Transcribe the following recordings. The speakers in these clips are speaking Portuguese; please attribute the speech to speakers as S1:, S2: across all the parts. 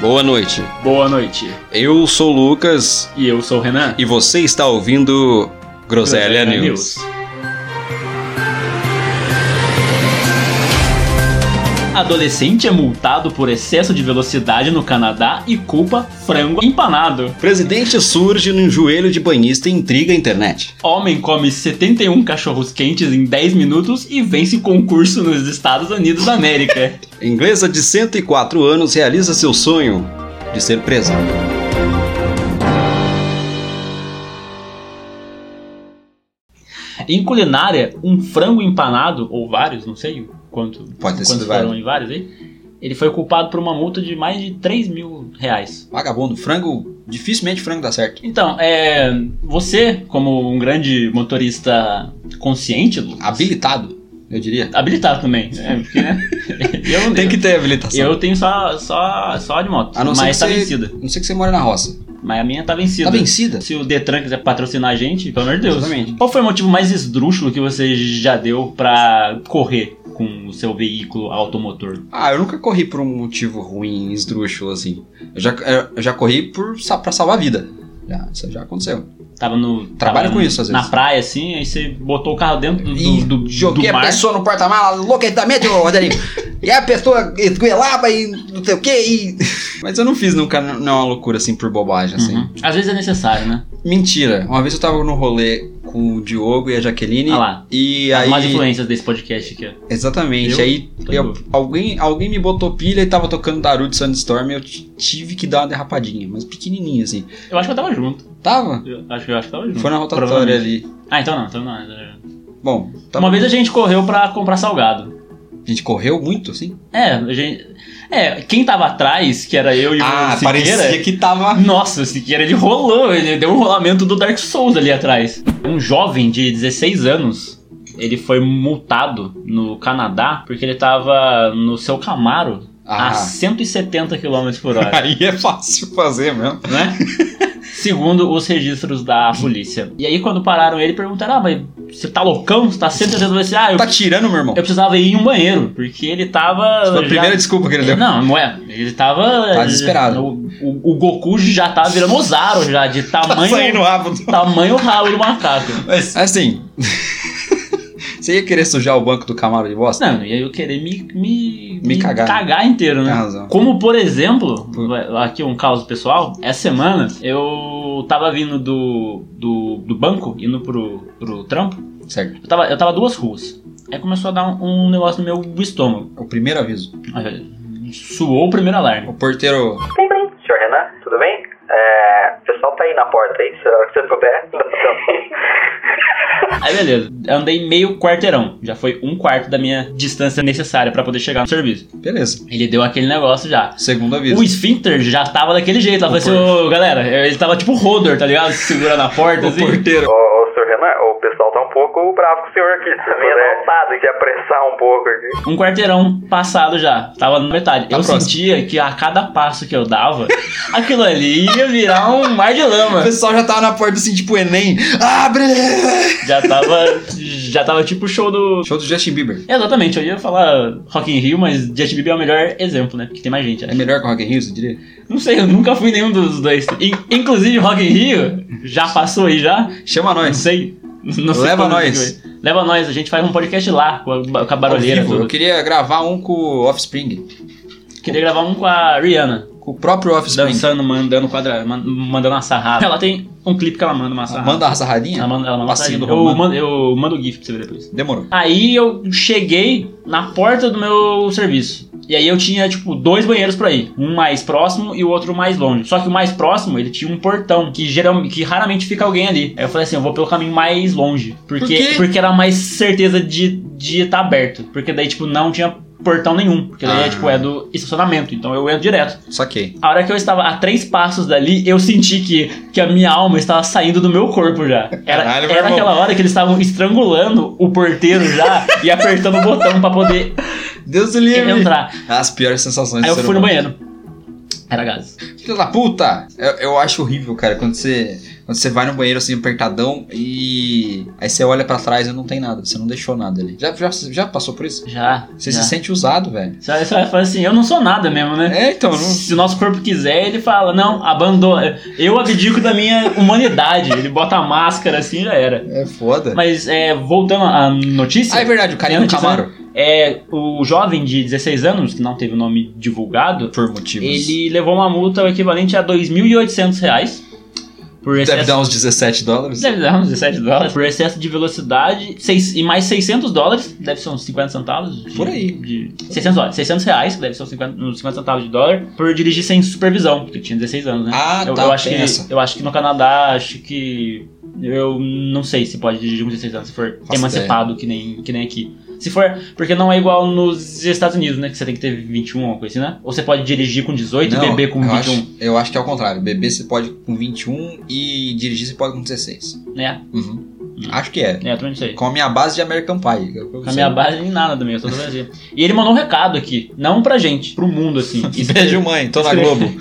S1: Boa noite.
S2: Boa noite.
S1: Eu sou o Lucas
S2: E eu sou o Renan.
S1: e você está ouvindo Groselha News.
S2: Adolescente é multado por excesso de velocidade no Canadá e culpa frango empanado.
S1: Presidente surge num joelho de banhista e intriga a internet.
S2: Homem come 71 cachorros quentes em 10 minutos e vence concurso nos Estados Unidos da América.
S1: Inglesa de 104 anos realiza seu sonho de ser presa.
S2: em culinária, um frango empanado, ou vários, não sei quanto,
S1: Pode ter
S2: quantos
S1: sido vários.
S2: foram em vários aí, ele foi culpado por uma multa de mais de 3 mil reais.
S1: Vagabundo, frango, dificilmente frango dá certo.
S2: Então, é, você, como um grande motorista consciente, Lucas,
S1: Habilitado, eu diria.
S2: habilitado também, né? Porque, né? Eu, não
S1: Tem que ter habilitação.
S2: eu tenho só, só, só a de moto,
S1: A não ser
S2: mas
S1: que
S2: tá
S1: você-
S2: vencida.
S1: A não ser que você mora na roça.
S2: Mas a minha tá vencida.
S1: Tá vencida?
S2: Se o Detran quiser patrocinar a gente, pelo amor de Deus.
S1: Exatamente.
S2: Qual foi o motivo mais esdrúxulo que você já deu pra correr com o seu veículo automotor?
S1: Ah, eu nunca corri por um motivo ruim, esdrúxulo, assim. Eu já, eu já corri por, sa- pra salvar a vida. Já, isso já aconteceu.
S2: Tava no.
S1: Trabalho
S2: tava
S1: com isso, às
S2: Na
S1: vezes.
S2: praia, assim, aí você botou o carro dentro do,
S1: E
S2: do, do,
S1: joguei
S2: do
S1: a
S2: mar.
S1: pessoa no porta-mala loucamente, ô Rogerinho. e a pessoa esguelava e não sei o que. E... Mas eu não fiz nunca, não é uma loucura assim por bobagem, assim.
S2: Uhum. Às vezes é necessário, né?
S1: Mentira. Uma vez eu tava no rolê com o Diogo e a Jaqueline.
S2: Ah lá.
S1: E
S2: As
S1: aí.
S2: mais influências desse podcast aqui, ó.
S1: Exatamente.
S2: Eu?
S1: Aí
S2: Tá
S1: eu-
S2: bom.
S1: alguém, alguém me botou pilha e tava tocando Darude Sandstorm e eu t- tive que dar uma derrapadinha, mas pequenininha assim.
S2: Eu acho que eu tava junto.
S1: Tava?
S2: Eu acho, eu acho que eu tava junto.
S1: Foi na rotatória
S2: Hum, Provavelmente.
S1: ali.
S2: Ah, então não, então não.
S1: Bom, tá
S2: Uma
S1: bom.
S2: vez a gente correu pra comprar salgado.
S1: a gente correu muito assim.
S2: É, a gente. É, quem tava atrás, que era eu e o Ah, Siqueira.
S1: Ah, que tava
S2: Nossa, o Siqueira ele rolou, ele deu um rolamento do Dark Souls ali atrás. Um jovem de 16 anos, ele foi multado no Canadá porque ele tava no seu Camaro
S1: Ah,
S2: a 170 km por hora.
S1: Aí é fácil fazer mesmo.
S2: né? Segundo os registros da polícia. E aí, quando pararam ele, perguntaram: Ah, mas você tá loucão? Você tá 180 vezes? Ah, eu,
S1: Tá tirando, meu irmão.
S2: eu precisava ir em um banheiro, porque ele tava.
S1: Foi a
S2: já-
S1: primeira desculpa que ele deu.
S2: Não, não é. Ele tava.
S1: Tá desesperado. Tá
S2: O, o- o Goku já tava virando Ozaru já, de tamanho.
S1: rápido.
S2: tamanho ralo do macaco.
S1: Mas, assim. você ia querer sujar o banco do Camaro de bosta?
S2: Não, e aí eu querer me. Me,
S1: Me cagar.
S2: inteiro, né?
S1: Tem razão.
S2: Como, por exemplo,
S1: Por-
S2: aqui um caos pessoal, essa semana eu tava vindo do, do, do banco, indo pro, pro trampo,
S1: Certo.
S2: eu tava, eu tava duas ruas. Aí começou a dar um, um negócio no meu estômago.
S1: É O primeiro aviso.
S2: Aí Suou o primeiro alarme.
S1: O porteiro.
S3: Plim, plim. Senhor Renan, tudo bem? É, o pessoal tá aí na porta aí, se a hora que você puder. Então.
S2: Aí beleza, andei meio quarteirão. Já foi um quarto da minha distância necessária pra poder chegar no serviço.
S1: Beleza.
S2: Ele deu aquele negócio já.
S1: Segundo aviso.
S2: O esfíncter já tava daquele jeito. Ela falou assim, ô galera, ele tava tipo Rodor, tá ligado? Segura na porta,
S1: O
S2: assim.
S1: porteiro.
S3: Ô, ô, senhor Renan, o pessoal tá um pouco bravo com o senhor aqui. Tá meio avançado. que apressar um pouco aqui.
S2: Um quarteirão passado já. Tava na metade.
S1: Tá
S2: eu
S1: próximo.
S2: sentia que a cada passo que eu dava, aquilo ali ia virar um mar de lama.
S1: O pessoal já tava na porta assim, tipo Enem. Abre!
S2: Já tava. Já tava tipo o show do.
S1: Show do Justin Bieber.
S2: Exatamente, eu ia falar Rock in Rio, mas Justin Bieber é o melhor exemplo, né? Porque tem mais gente.
S1: É
S2: acho.
S1: melhor que o Rock in Rio, você diria?
S2: Não sei, eu nunca fui nenhum dos dois. In- inclusive Rock in Rio já passou aí já.
S1: Chama
S2: Não
S1: nós.
S2: sei. Não sei
S1: Leva
S2: quando que
S1: nós.
S2: vai. Leva nós, a gente faz um podcast lá com a, com a
S1: Ao
S2: é barulheira.
S1: vivo.
S2: toda.
S1: Eu queria gravar um com o Offspring.
S2: Queria gravar um com a Rihanna.
S1: Com o próprio Offspring.
S2: Dançando, mandando quadra, man- mandando uma sarrada. Ela tem um clipe que ela manda uma sarrada.
S1: Manda uma sarradinha?
S2: Ela manda, ela manda uma
S1: Passinho
S2: sarrada.
S1: do
S2: Eu
S1: Romano.
S2: mando, eu mando o GIF pra você ver depois.
S1: Demorou.
S2: Aí eu cheguei na porta do meu serviço. E aí eu tinha, tipo, dois banheiros pra ir. Um mais próximo e o outro mais longe. Só que o mais próximo, ele tinha um portão, que geralmente que raramente fica alguém ali. Aí eu falei assim, eu vou pelo caminho mais longe. Porque,
S1: quê?
S2: porque era mais certeza de estar de tá aberto. Porque daí, tipo, não tinha portão nenhum. Porque daí,
S1: Ah.
S2: é, tipo, é do estacionamento. Então eu entro direto.
S1: Saquei.
S2: A hora que eu estava a três passos dali, eu senti que, que a minha alma estava saindo do meu corpo já. Era,
S1: Caralho, meu
S2: era
S1: irmão.
S2: aquela hora que eles estavam estrangulando o porteiro já e apertando o botão pra poder
S1: Deus livre.
S2: entrar.
S1: As piores sensações
S2: Aí eu
S1: do ser
S2: fui no
S1: humano.
S2: banheiro. Era gás.
S1: Filho da puta! Eu, eu acho horrível, cara, quando você, quando Quando você vai no banheiro assim, apertadão, e. Aí você olha pra trás e não tem nada, você não deixou nada ali. Já, já, já passou por isso?
S2: Já.
S1: Você
S2: já.
S1: se sente usado, velho.
S2: Você vai falar assim, eu não sou nada mesmo, né?
S1: É, então, não-
S2: Se o nosso corpo quiser, ele fala, não, abandona. Eu abdico da minha humanidade. Ele bota a máscara assim e já era.
S1: é foda.
S2: Mas né? é, voltando à notícia,
S1: Ah, é verdade, o carinha
S2: Tem
S1: do
S2: notícia,
S1: Camaro,
S2: é, o jovem de 16 anos, que não teve o nome divulgado,
S1: por motivos.
S2: ele levou uma multa equivalente a R$ 2.800 reais por
S1: Deve
S2: excesso
S1: dar um- uns 17 dólares.
S2: Deve dar uns 17 dólares. Por excesso de velocidade, seis, e mais 600 dólares, deve ser uns 50 centavos. de-
S1: Por aí.
S2: De, 600 dólares, 600 reais, que deve ser uns 50, uns 50 centavos de dólar, por dirigir sem supervisão, porque eu tinha 16 anos, né?
S1: Ah,
S2: eu,
S1: tá,
S2: eu acho
S1: tem
S2: que,
S1: essa.
S2: eu acho que no Canadá, acho que... Eu não sei se pode dirigir com 16 anos, se for
S1: Faço
S2: emancipado, que nem, que nem aqui. Se for, porque não é igual nos Estados Unidos, né? Que você tem que ter 21 ou coisa assim, né? Ou você pode dirigir com 18 e um, beber com
S1: eu
S2: 21.
S1: Acho, eu acho que é o contrário. Beber você pode com 21 e dirigir você pode com 16.
S2: Né?
S1: Uhum. Acho que é.
S2: É, eu também não sei.
S1: Com a minha base de American Pie. É eu- eu
S2: Com a
S1: sei.
S2: minha base de nada também, eu sou do Brasil. E ele mandou um recado aqui, não pra gente, pro mundo, assim.
S1: Beijo, mãe. Tô na
S2: Escreve-
S1: Globo.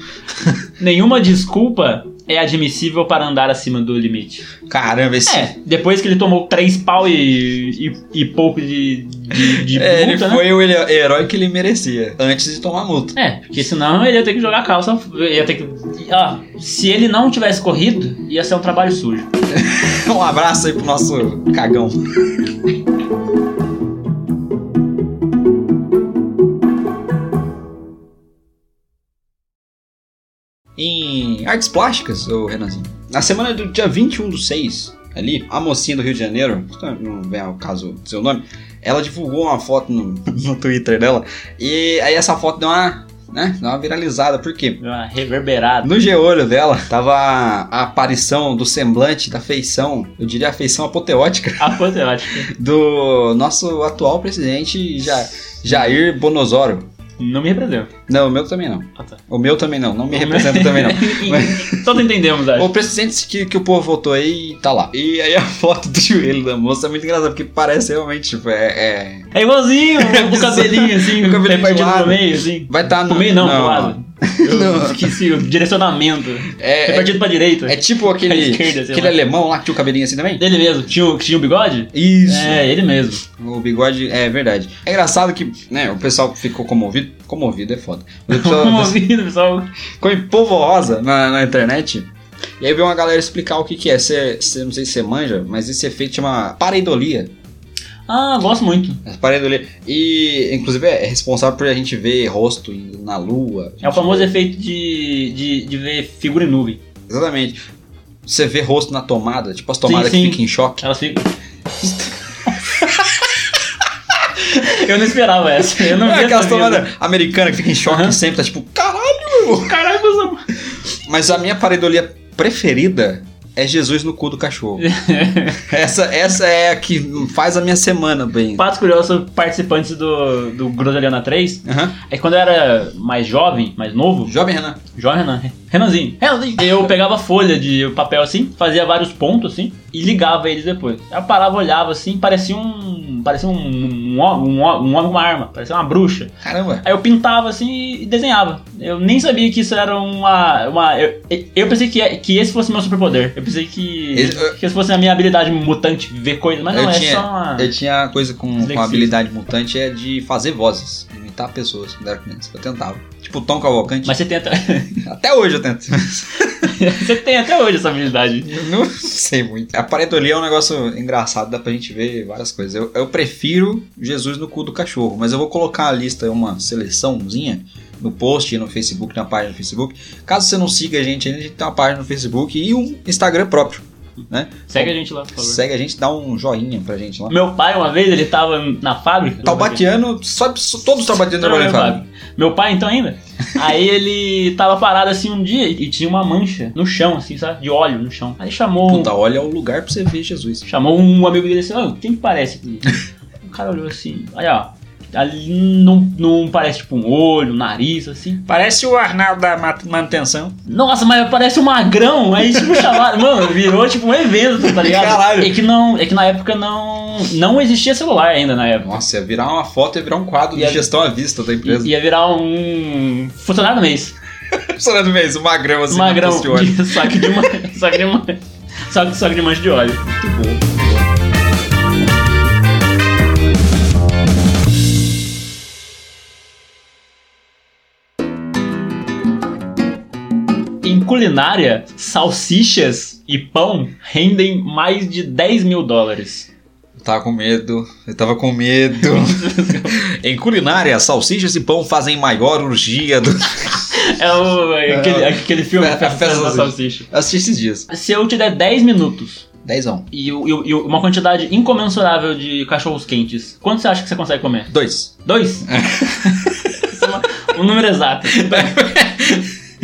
S2: Nenhuma desculpa é admissível para andar acima do limite.
S1: Caramba, esse...
S2: É, depois que ele tomou três pau e, e, e pouco de, de, de
S1: É, ele
S2: multa, né?
S1: foi o ele- herói que ele merecia. Antes de tomar multa.
S2: É, porque senão ele ia ter que jogar calça, ia ter que... Ó, se ele não tivesse corrido, ia ser um trabalho sujo.
S1: Um abraço aí pro nosso cagão. Em artes plásticas, ô Renanzinho. Na semana do dia 21 do 6, ali, a mocinha do Rio de Janeiro, não vem ao caso do seu nome, ela divulgou uma foto no, no Twitter dela, e aí essa foto deu uma, né, deu uma viralizada, por quê?
S2: Ah, Reverberado.
S1: No geolho dela tava a aparição do semblante, da feição, eu diria a feição apoteótica,
S2: Ah, Apoteótico.
S1: do nosso atual presidente Ja- Jair Bonozoro.
S2: Não me representa.
S1: Não, o meu também não.
S2: Ah, tá.
S1: O meu também não, não me representa também não.
S2: Todos entendemos, acho.
S1: O presidente que, que o povo votou aí tá lá. E aí a foto do joelho da moça é muito engraçada, porque parece realmente, tipo, é. é-
S2: É igualzinho, o cabelinho assim,
S1: O cabelinho
S2: o cabelinho partido
S1: pro lado.
S2: no meio, assim.
S1: Vai estar tá no.
S2: Pro meio não, pro lado. Eu
S1: Não.
S2: esqueci o direcionamento. É,
S1: É, é,
S2: partido pra direita.
S1: é tipo aquele,
S2: À esquerda, sei
S1: aquele
S2: lá.
S1: alemão lá que tinha o cabelinho assim também?
S2: Ele mesmo, tinha o, que tinha o bigode?
S1: Isso.
S2: É, ele mesmo.
S1: O bigode, é verdade. É engraçado que, né, o pessoal ficou comovido. Comovido é foda. Mas o pessoal
S2: Comovido, Um pessoal.
S1: ficou em polvorosa na, na internet. E aí veio uma galera explicar o que que é. Você, você- não sei se você manja, mas esse efeito chama pareidolia. É,
S2: Ah, gosto muito.
S1: Pareidolia. E, inclusive, é responsável por a gente ver rosto em- na lua.
S2: É o famoso efeito de, de, de ver figura em nuvem.
S1: Tipo, Exatamente. Você vê rosto na tomada, tipo as tomadas
S2: sim.
S1: que ficam em choque.
S2: Elas ficam. eu não esperava essa. Eu não
S1: é
S2: vi
S1: aquelas
S2: essa
S1: tomadas americanas que ficam em choque
S2: Aham.
S1: sempre, tá tipo, caralho!
S2: vindo. Caraca, eu sou-
S1: Mas a minha pareidolia preferida é Jesus no cu do cachorro. Essa, essa é a que faz a minha semana bem.
S2: Fatos curiosos, participantes do, do Groselhana 3.
S1: Aham.
S2: É que quando eu era mais jovem, mais novo,
S1: Jovem Renan.
S2: João Renan. Renanzinho. Renanzinho. Eu pegava folha de papel assim, fazia vários pontos assim e ligava eles depois. Eu parava, olhava assim, parecia um. Parecia um, um, hom- um, hom- um homem com uma arma, parecia uma bruxa.
S1: Caramba.
S2: Aí eu pintava assim e desenhava. Eu nem sabia que isso era uma. uma eu, eu pensei que, é- que esse fosse meu superpoder. Eu pensei que.
S1: Esse- eu-
S2: que esse fosse a minha habilidade mutante, ver coisas, mas
S1: Eu
S2: não, é
S1: tinha-
S2: só uma.
S1: Eu tinha coisa com, com
S2: Dislexia.
S1: habilidade mutante é de fazer vozes, imitar pessoas quando era criança. Eu tentava. Tipo o Tom Cavalcante.
S2: Mas você tem, até,
S1: Até hoje eu tento.
S2: você tem até hoje essa habilidade.
S1: Eu não sei muito. A pareidolia é um negócio engraçado, dá pra gente ver várias coisas. Eu, eu prefiro Jesus no cu do cachorro, mas eu vou colocar a lista, uma seleçãozinha, no post, no Facebook, na página do Facebook. Caso você não siga a gente ainda, a gente tem uma página no Facebook e um Instagram próprio.
S2: Segue a gente lá,
S4: Tá
S2: por favor.
S1: Segue a gente, dá um joinha pra gente lá.
S2: Meu pai, uma vez, ele tava na fábrica.
S1: Tá
S2: é
S1: Taubatiano, sabe, todos os taubatianos trabalham
S4: É
S1: em fábrica.
S2: Meu pai, então, ainda. Aí ele tava parado assim um dia e tinha uma mancha no chão, assim, sabe? De óleo no chão. Aí chamou,
S1: Puta, olha o lugar pra você ver Jesus.
S2: chamou um amigo dele assim: "Ô, quem que parece aqui? o cara olhou assim: olha, ó, ali não, não parece tipo um olho, um nariz, assim.
S4: Parece o Arnaldo da mat- manutenção.
S2: Nossa, mas parece um magrão. Aí, tipo, chamaram. Mano, virou tipo um evento, tá ligado?
S1: Caralho.
S2: É que, não, é que na época não, não existia celular ainda na época.
S1: Nossa, ia virar uma foto, ia virar um quadro
S2: Ia-
S1: de gestão à vista da empresa.
S2: Ia virar um funcionário do mês.
S1: Funcionando mesmo, magrão assim, na
S2: magrão,
S1: poste de óleo.
S2: de, só que de, ma- só que de, ma- Só que só que de mancha de óleo.
S1: Muito bom. muito bom.
S2: Em culinária, salsichas e pão rendem mais de 10 mil dólares.
S1: Eu tava com medo, eu tava com medo. em culinária, salsichas e pão fazem maior urgia do.
S2: É, o, é aquele,
S1: É.
S2: aquele filme
S1: É,
S2: a
S1: a festa
S2: festa da
S1: dos-
S2: salsicha.
S1: Eu assisti esses dias.
S2: Se eu te der 10 minutos
S1: Dezão.
S2: e, o- e o- e o- uma quantidade incomensurável de cachorros quentes, quanto você acha que você consegue comer?
S1: Dois.
S2: Dois? Isso é uma- um número exato.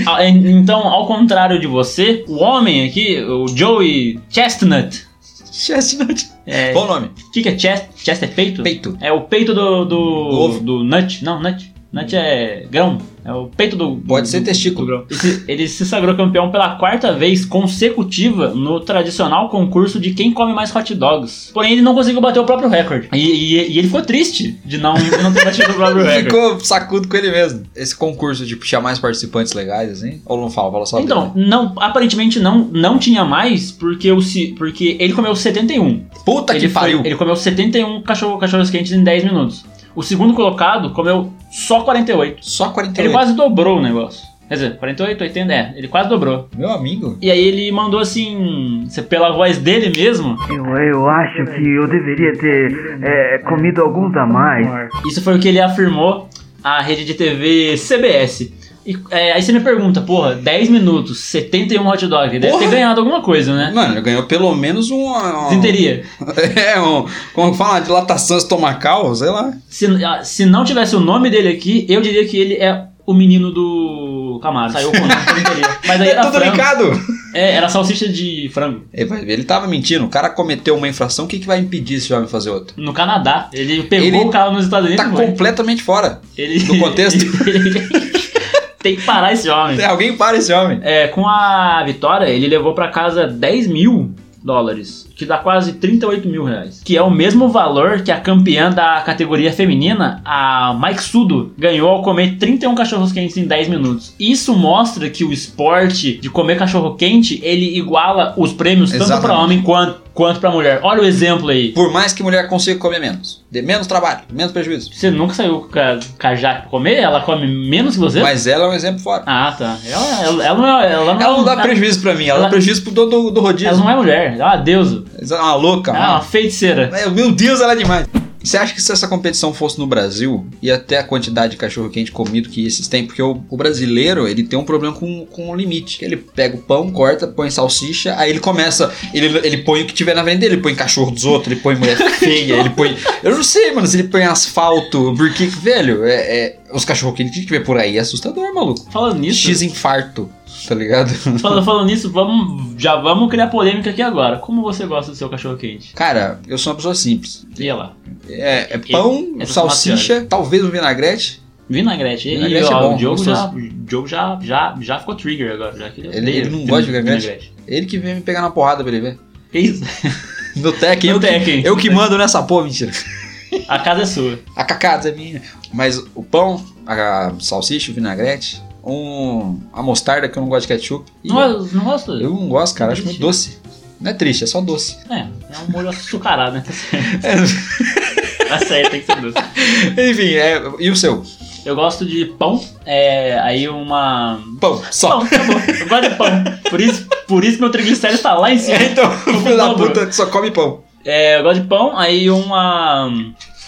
S2: Ah, en- Então, ao contrário de você, o homem aqui, o Joey Chestnut.
S1: Chestnut.
S2: é,
S1: Qual o nome?
S2: O que, que é chest? Chest é peito?
S1: Peito.
S2: É o peito do. Do,
S1: Do ovo.
S2: do nut. Não, nut. Nut é grão. É o peito do.
S1: Pode
S2: do-
S1: ser testículo.
S2: do grão. Ele se- ele se sagrou campeão pela quarta vez consecutiva no tradicional concurso de quem come mais hot dogs. Porém, ele não conseguiu bater o próprio recorde. E, e- e ele ficou triste de não, de não ter batido o próprio recorde.
S1: Ficou sacudo com ele mesmo. Esse concurso de puxar mais participantes legais, assim? Ou não fala, fala só dele,
S2: Então,
S1: né?
S2: não, aparentemente não, não tinha mais, porque, o, ci- porque ele comeu 71.
S1: Puta
S2: ele,
S1: que
S2: foi-
S1: pariu.
S2: ele comeu 71 cachorro, cachorros quentes em 10 minutos. O segundo colocado comeu só 48.
S1: Só 48.
S2: Ele quase dobrou o negócio. Quer dizer, 48, 80, é, ele quase dobrou.
S1: Meu amigo.
S2: E aí ele mandou assim, se- pela voz dele mesmo,
S5: Eu, eu acho que eu deveria ter é, comido alguns a mais.
S2: isso foi o que ele afirmou à rede de TV CBS. E, é, aí você me pergunta, porra, 10 minutos, 71 hot dog, ele deve
S1: Porra!
S2: ter ganhado alguma coisa, né?
S1: Mano, ele ganhou pelo menos uma.
S2: Desinteria.
S1: É, um, como que fala? Uma dilatação estomacal, sei lá.
S2: Se, ah, se não tivesse o nome dele aqui, eu diria que ele é o menino do Camaro. Saiu com o nome, desinteria. Mas aí
S1: É
S2: era
S1: tudo
S2: frango.
S1: linkado.
S2: É, era salsicha de frango.
S1: Ele vai ver, Ele tava mentindo. O cara cometeu uma infração, o que, que vai impedir esse homem fazer outra?
S2: No Canadá. Ele pegou
S1: Ele
S2: o carro nos Estados Unidos.
S1: Tá
S2: e foi.
S1: completamente fora.
S2: Ele-
S1: no contexto?
S2: Tem que parar esse homem.
S1: Alguém para esse homem.
S2: É, com a vitória, ele levou pra casa 10 mil dólares, que dá quase 38 mil reais. Que é o mesmo valor que a campeã da categoria feminina, a Mike Sudo, ganhou ao comer 31 cachorros quentes em 10 minutos. Isso mostra que o esporte de comer cachorro quente, ele iguala os prêmios tanto pra
S1: Exatamente.
S2: homem quanto, quanto pra mulher. Olha o exemplo aí.
S1: Por mais que mulher consiga comer menos. Dê menos trabalho, menos prejuízo.
S2: Você nunca saiu com a, com a Jaque pra comer? Ela come menos que você?
S1: Mas ela é um exemplo fora.
S2: Ah, tá. Ela, ela, ela não é. Ela não,
S1: Ela não dá
S2: ela-
S1: prejuízo pra mim, ela, dá
S2: ela-
S1: prejuízo pro dono do, do rodízio.
S2: ela não é mulher, ela é uma deusa.
S1: Ela é uma louca,
S2: Ela é uma
S1: mano.
S2: feiticeira.
S1: Meu- Meu Deus, ela é demais. Você acha que se essa competição fosse no Brasil, ia até a quantidade de cachorro quente comido que esses têm? Porque o, o brasileiro, ele tem um problema com, com o limite. Ele pega o pão, corta, põe salsicha, aí ele começa. Ele, ele põe o que tiver na frente dele, ele põe cachorro dos outros, ele põe mulher feia, ele põe. Eu não sei, mano, se ele põe asfalto, porque, velho, é, é- os cachorro quente que vê por aí é assustador, maluco.
S2: Falando nisso.
S1: X infarto, tá ligado?
S2: Falando, falando nisso, vamos, já vamos criar polêmica aqui agora. Como você gosta do seu cachorro quente?
S1: Cara, eu sou uma pessoa simples.
S2: E lá.
S1: É, é pão,
S2: Essa
S1: salsicha, talvez um vinagrete.
S2: Vinagrete. E,
S1: Vinagrete
S2: ó,
S1: é bom,
S2: o Diogo, já,
S1: gostoso.
S2: o Diogo já, já, já ficou trigger agora. Já que
S1: Ele- ele não gosta de vinagrete? Ele que vem me pegar na porrada pra ele ver.
S2: Que isso?
S1: No Tekken,
S2: No
S1: eu, que-
S2: Tekken.
S1: eu que mando nessa porra, mentira.
S2: A casa é sua.
S1: A cacada é minha. Mas o pão, a salsicha, o vinagrete, um, a mostarda que eu não gosto de ketchup. E
S2: Não, não gosta?
S1: Eu não gosto, cara, acho muito doce. Não é triste, é só doce.
S2: É, é um molho açucarado, né? Tá certo. tá certo, tem que ser doce.
S1: É, Enfim, é, e o seu?
S2: Eu gosto de pão, é, aí uma.
S1: Pão, só.
S2: Pão, tá bom. Eu gosto de pão. Por isso, por isso meu triglicérides tá lá em cima.
S1: Então,
S2: Como
S1: filho da
S2: dobro.
S1: puta que só come pão.
S2: É, eu gosto de pão, aí uma.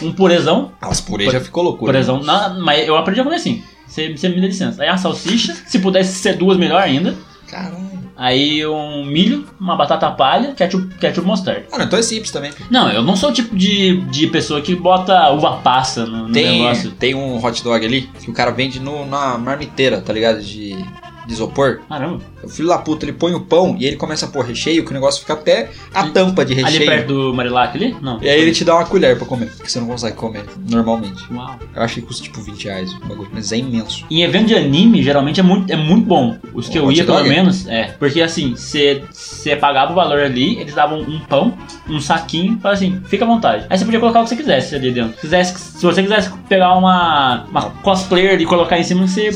S2: Um purezão.
S1: Nossa, purê já ficou loucura. né?
S2: Purezão, na- mas eu aprendi a comer assim. Você você me dá licença. Aí a salsicha, se pudesse ser duas, melhor ainda.
S1: Caralho.
S2: Aí um milho, uma batata palha, ketchup, ketchup mostarda.
S1: Ah, não, então é simples também.
S2: Não, eu não sou o tipo de, de pessoa que bota uva passa no, no
S1: Tem,
S2: negócio.
S1: tem um hot dog ali que o cara vende no, na marmiteira, tá ligado? De, de isopor.
S2: Caramba.
S1: O filho da puta, ele põe o pão e ele começa a pôr recheio, que o negócio fica até a tampa de
S2: Ali perto
S1: recheio.
S2: do Marilac ali? Não.
S1: E aí ele te dá uma colher pra comer, que você não consegue comer normalmente.
S2: Uau.
S1: Eu acho que custa tipo 20 reais o bagulho, mas é imenso.
S2: Em evento de anime, geralmente é muito, é muito bom. Os que
S1: O
S2: eu
S1: hot
S2: ia, pelo
S1: dog?
S2: menos, é. Porque assim, você pagava o valor ali, eles davam um pão, um saquinho, e falavam assim, fica à vontade. Aí você podia colocar o que você quisesse ali dentro. Se, quisesse, se você quisesse pegar uma, uma cosplayer e colocar em cima, você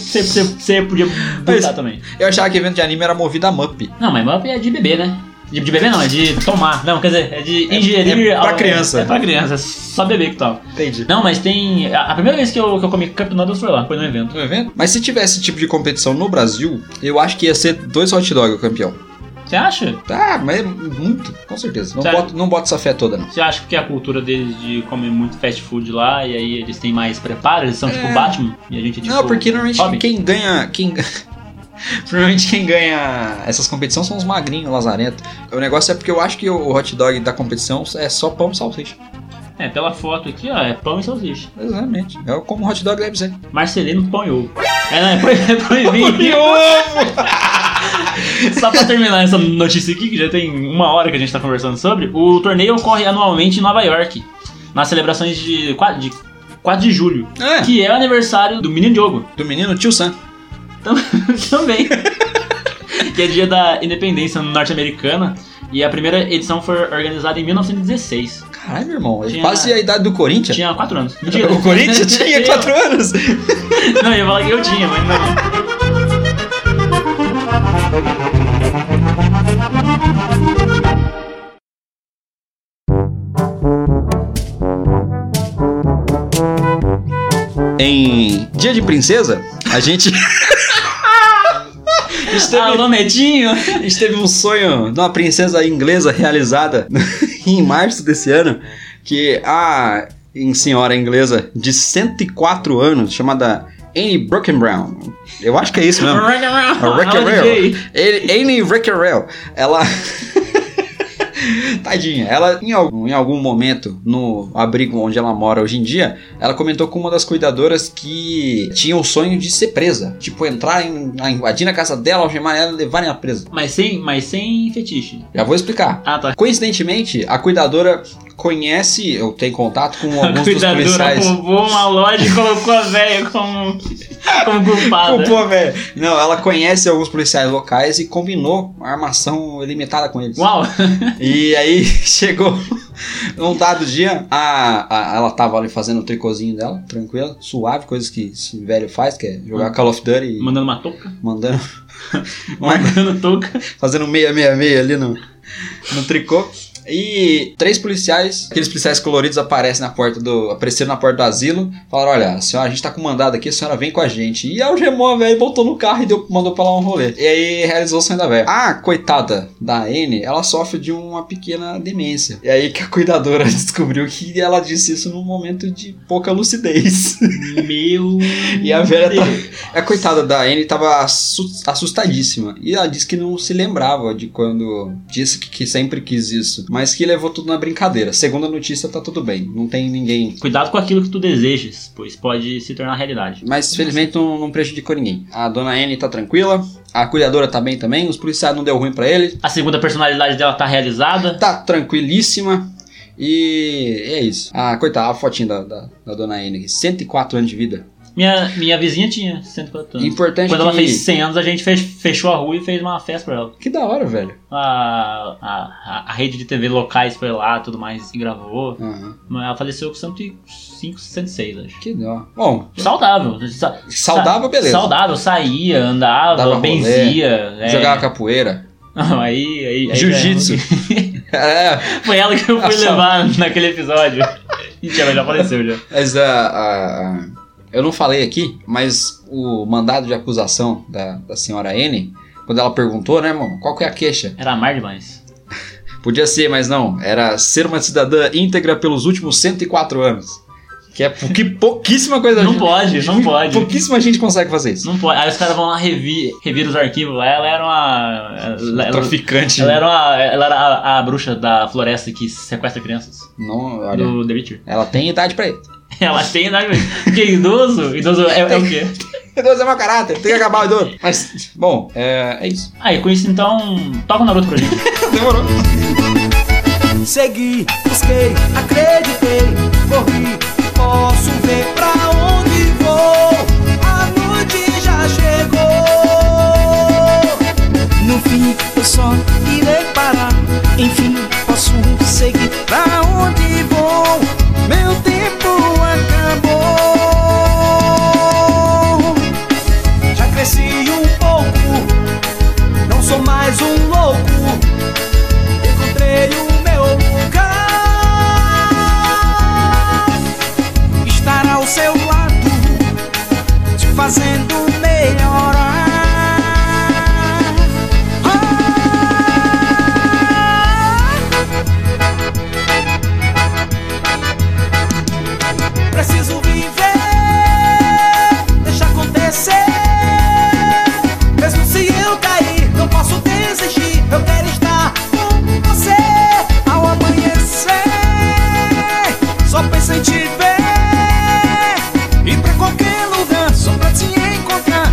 S2: podia botar
S1: Mas-
S2: também.
S1: Eu achava que evento de anime era movido a mup.
S2: Não, mas mapa é de bebê, né? De, de beber não, é de tomar. Não, quer dizer, é de ingerir.
S1: é pra
S2: algo-
S1: criança.
S2: É pra criança, só beber que tal.
S1: Entendi.
S2: Não, mas tem. A, a primeira vez que eu, que eu comi Cup Noodles foi lá, foi no evento.
S1: Tá vendo? Mas se tivesse esse tipo de competição no Brasil, eu acho que ia ser dois hot dog o campeão.
S2: Você acha?
S1: Tá, mas é muito, com certeza. Não
S2: Sério?
S1: bota, não bota essa fé toda, não.
S2: Você acha que é a cultura deles de comer muito fast food lá e aí eles têm mais preparo? Eles são tipo Batman e a gente é tipo.
S1: não, porque normalmente
S2: Robin?
S1: quem ganha. Quem... Provavelmente quem ganha essas competições são os magrinhos, lazarento. O negócio é porque eu acho que o hot dog da competição é só pão e salsicha.
S2: É, pela foto aqui, ó, é pão e salsicha.
S1: Exatamente. É como hot dog deve ser.
S2: Marcelino pão e ovo. É, não, é pro- é proibido. Só pra terminar essa notícia aqui, que já tem uma hora que a gente tá conversando sobre, o torneio ocorre anualmente em Nova York, nas celebrações de 4 de, 4 de julho,
S1: É,
S2: que é o aniversário do menino Diogo.
S1: do menino tio Sam.
S2: Tam- Também. que é dia da independência norte-americana. E a primeira edição foi organizada em 1916.
S1: Caralho, meu irmão. Ele
S2: Tinha-
S1: quase a idade do Corinthians.
S2: Tinha 4 anos.
S1: O Corinthians tinha 4 anos.
S2: Não, eu ia falar que eu tinha, mas não.
S1: Em Dia de Princesa, a gente.
S2: Alô, Medinho!
S1: A gente teve um sonho de uma princesa inglesa realizada em março desse ano, que a em senhora inglesa de 104 anos, chamada Anne Brockenbrown. Eu acho que é isso mesmo.
S2: A
S1: Wreck-It Ralph. Ele- Anne Wreckerell, ela. Tadinha, ela em algum, em algum momento no abrigo onde ela mora hoje em dia, ela comentou com uma das cuidadoras que tinha o sonho de ser presa. Tipo, entrar, em, invadir na casa dela, algemar ela e levarem ela presa.
S2: Mas sem, mas sem fetiche.
S1: Já vou explicar.
S2: Ah, tá.
S1: Coincidentemente, a cuidadora conhece ou tem contato com alguns dos
S2: Cuidadora
S1: policiais.
S2: roubou uma loja e colocou a velha como, como culpada.
S1: Pô, velho. é. Não, ela conhece alguns policiais locais e combinou a armação ilimitada com eles.
S2: Uau!
S1: E aí chegou um dado dia, a, a- ela tava ali fazendo o tricôzinho dela, tranquila, suave, coisas que esse velho faz, que é jogar
S2: Ah.
S1: Call of Duty e
S2: Mandando uma touca.
S1: mandando,
S2: Mandando touca.
S1: fazendo 666 ali no, no tricô. E três policiais, aqueles policiais coloridos aparecem na porta do. apareceram na porta do asilo, falaram: olha, a senhora, a gente tá com mandado aqui, a senhora vem com a gente. E algemou a velha, botou no carro e deu, mandou pra lá um rolê. E aí realizou o sonho da velha. A coitada da Anne, ela sofre de uma pequena demência. E aí que a cuidadora descobriu que ela disse isso num momento de pouca lucidez.
S2: Meu.
S1: E a velha tá-
S2: Deus.
S1: A coitada da Anne tava assu- assustadíssima. E ela disse que não se lembrava de quando disse que, que sempre quis isso. Mas que levou tudo na brincadeira. Segundo a notícia, tá tudo bem. Não tem ninguém.
S2: Cuidado com aquilo que tu desejas, pois pode se tornar realidade.
S1: Mas felizmente não, não prejudicou ninguém. A dona Anne tá tranquila. A cuidadora tá bem também. Os policiais não deu ruim pra ele.
S2: A segunda personalidade dela tá realizada.
S1: Tá tranquilíssima. E é isso. Ah, coitada, a fotinha da, da, da dona Anne. aqui, 104 anos de vida.
S2: Minha, minha vizinha tinha 104 anos.
S1: Importante
S2: Hum. Quando
S1: que...
S2: ela fez 100 anos, a gente fez- fechou a rua e fez uma festa pra ela.
S1: Que da hora, velho.
S2: A, a, a- a rede de TV locais foi lá tudo mais e gravou.
S1: Aham.
S2: Mas ela faleceu com 105, 106, acho.
S1: Ah, Que da hora. Bom,
S2: Saudável. Sa-
S1: saudável, beleza.
S2: Saudável, saía,
S1: Dava
S2: andava,
S1: rolê,
S2: benzia. é.
S1: Jogava capoeira.
S2: Não, aí, aí, aí
S1: Jiu-jitsu. É,
S2: Foi ela que eu fui
S1: Ah, só.
S2: levar naquele episódio. Gente, ela já faleceu já.
S1: mas a, a- a- eu não falei aqui, mas o mandado de acusação da, da senhora N, quando ela perguntou, né, mano, qual que é a queixa?
S2: Era amar demais.
S1: Podia ser, mas não. Era ser uma cidadã íntegra pelos últimos 104 anos. Que é pou- que pouquíssima coisa.
S2: Não pode, não pode.
S1: Pouquíssima gente consegue fazer isso.
S2: Não pode. Aí os caras vão lá revir, revir os arquivos. lá. Ela era uma. Ela, ela-
S1: Traficante.
S2: ela é era, uma, ela era a, a bruxa da floresta que sequestra crianças.
S1: Não, olha.
S2: Do The Witcher.
S1: Ela tem idade pra isso.
S2: Ela tem idade. Porque idoso? Idoso é, é o quê?
S1: Deus é mau caráter, tem que acabar o idoso. Mas, bom, é, é isso.
S2: Aí, com isso então, toca o Naruto pra gente.
S1: Demorou.
S6: Segui, busquei, acreditei, corri, posso ver pra onde vou. A noite já chegou. No fim eu só irei parar. Enfim, posso seguir pra onde vou. Meu tempo acabou. Já cresci um pouco, não sou mais um louco. Ah!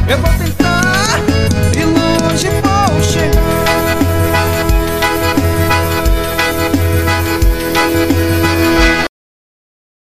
S6: Eu vou tentar.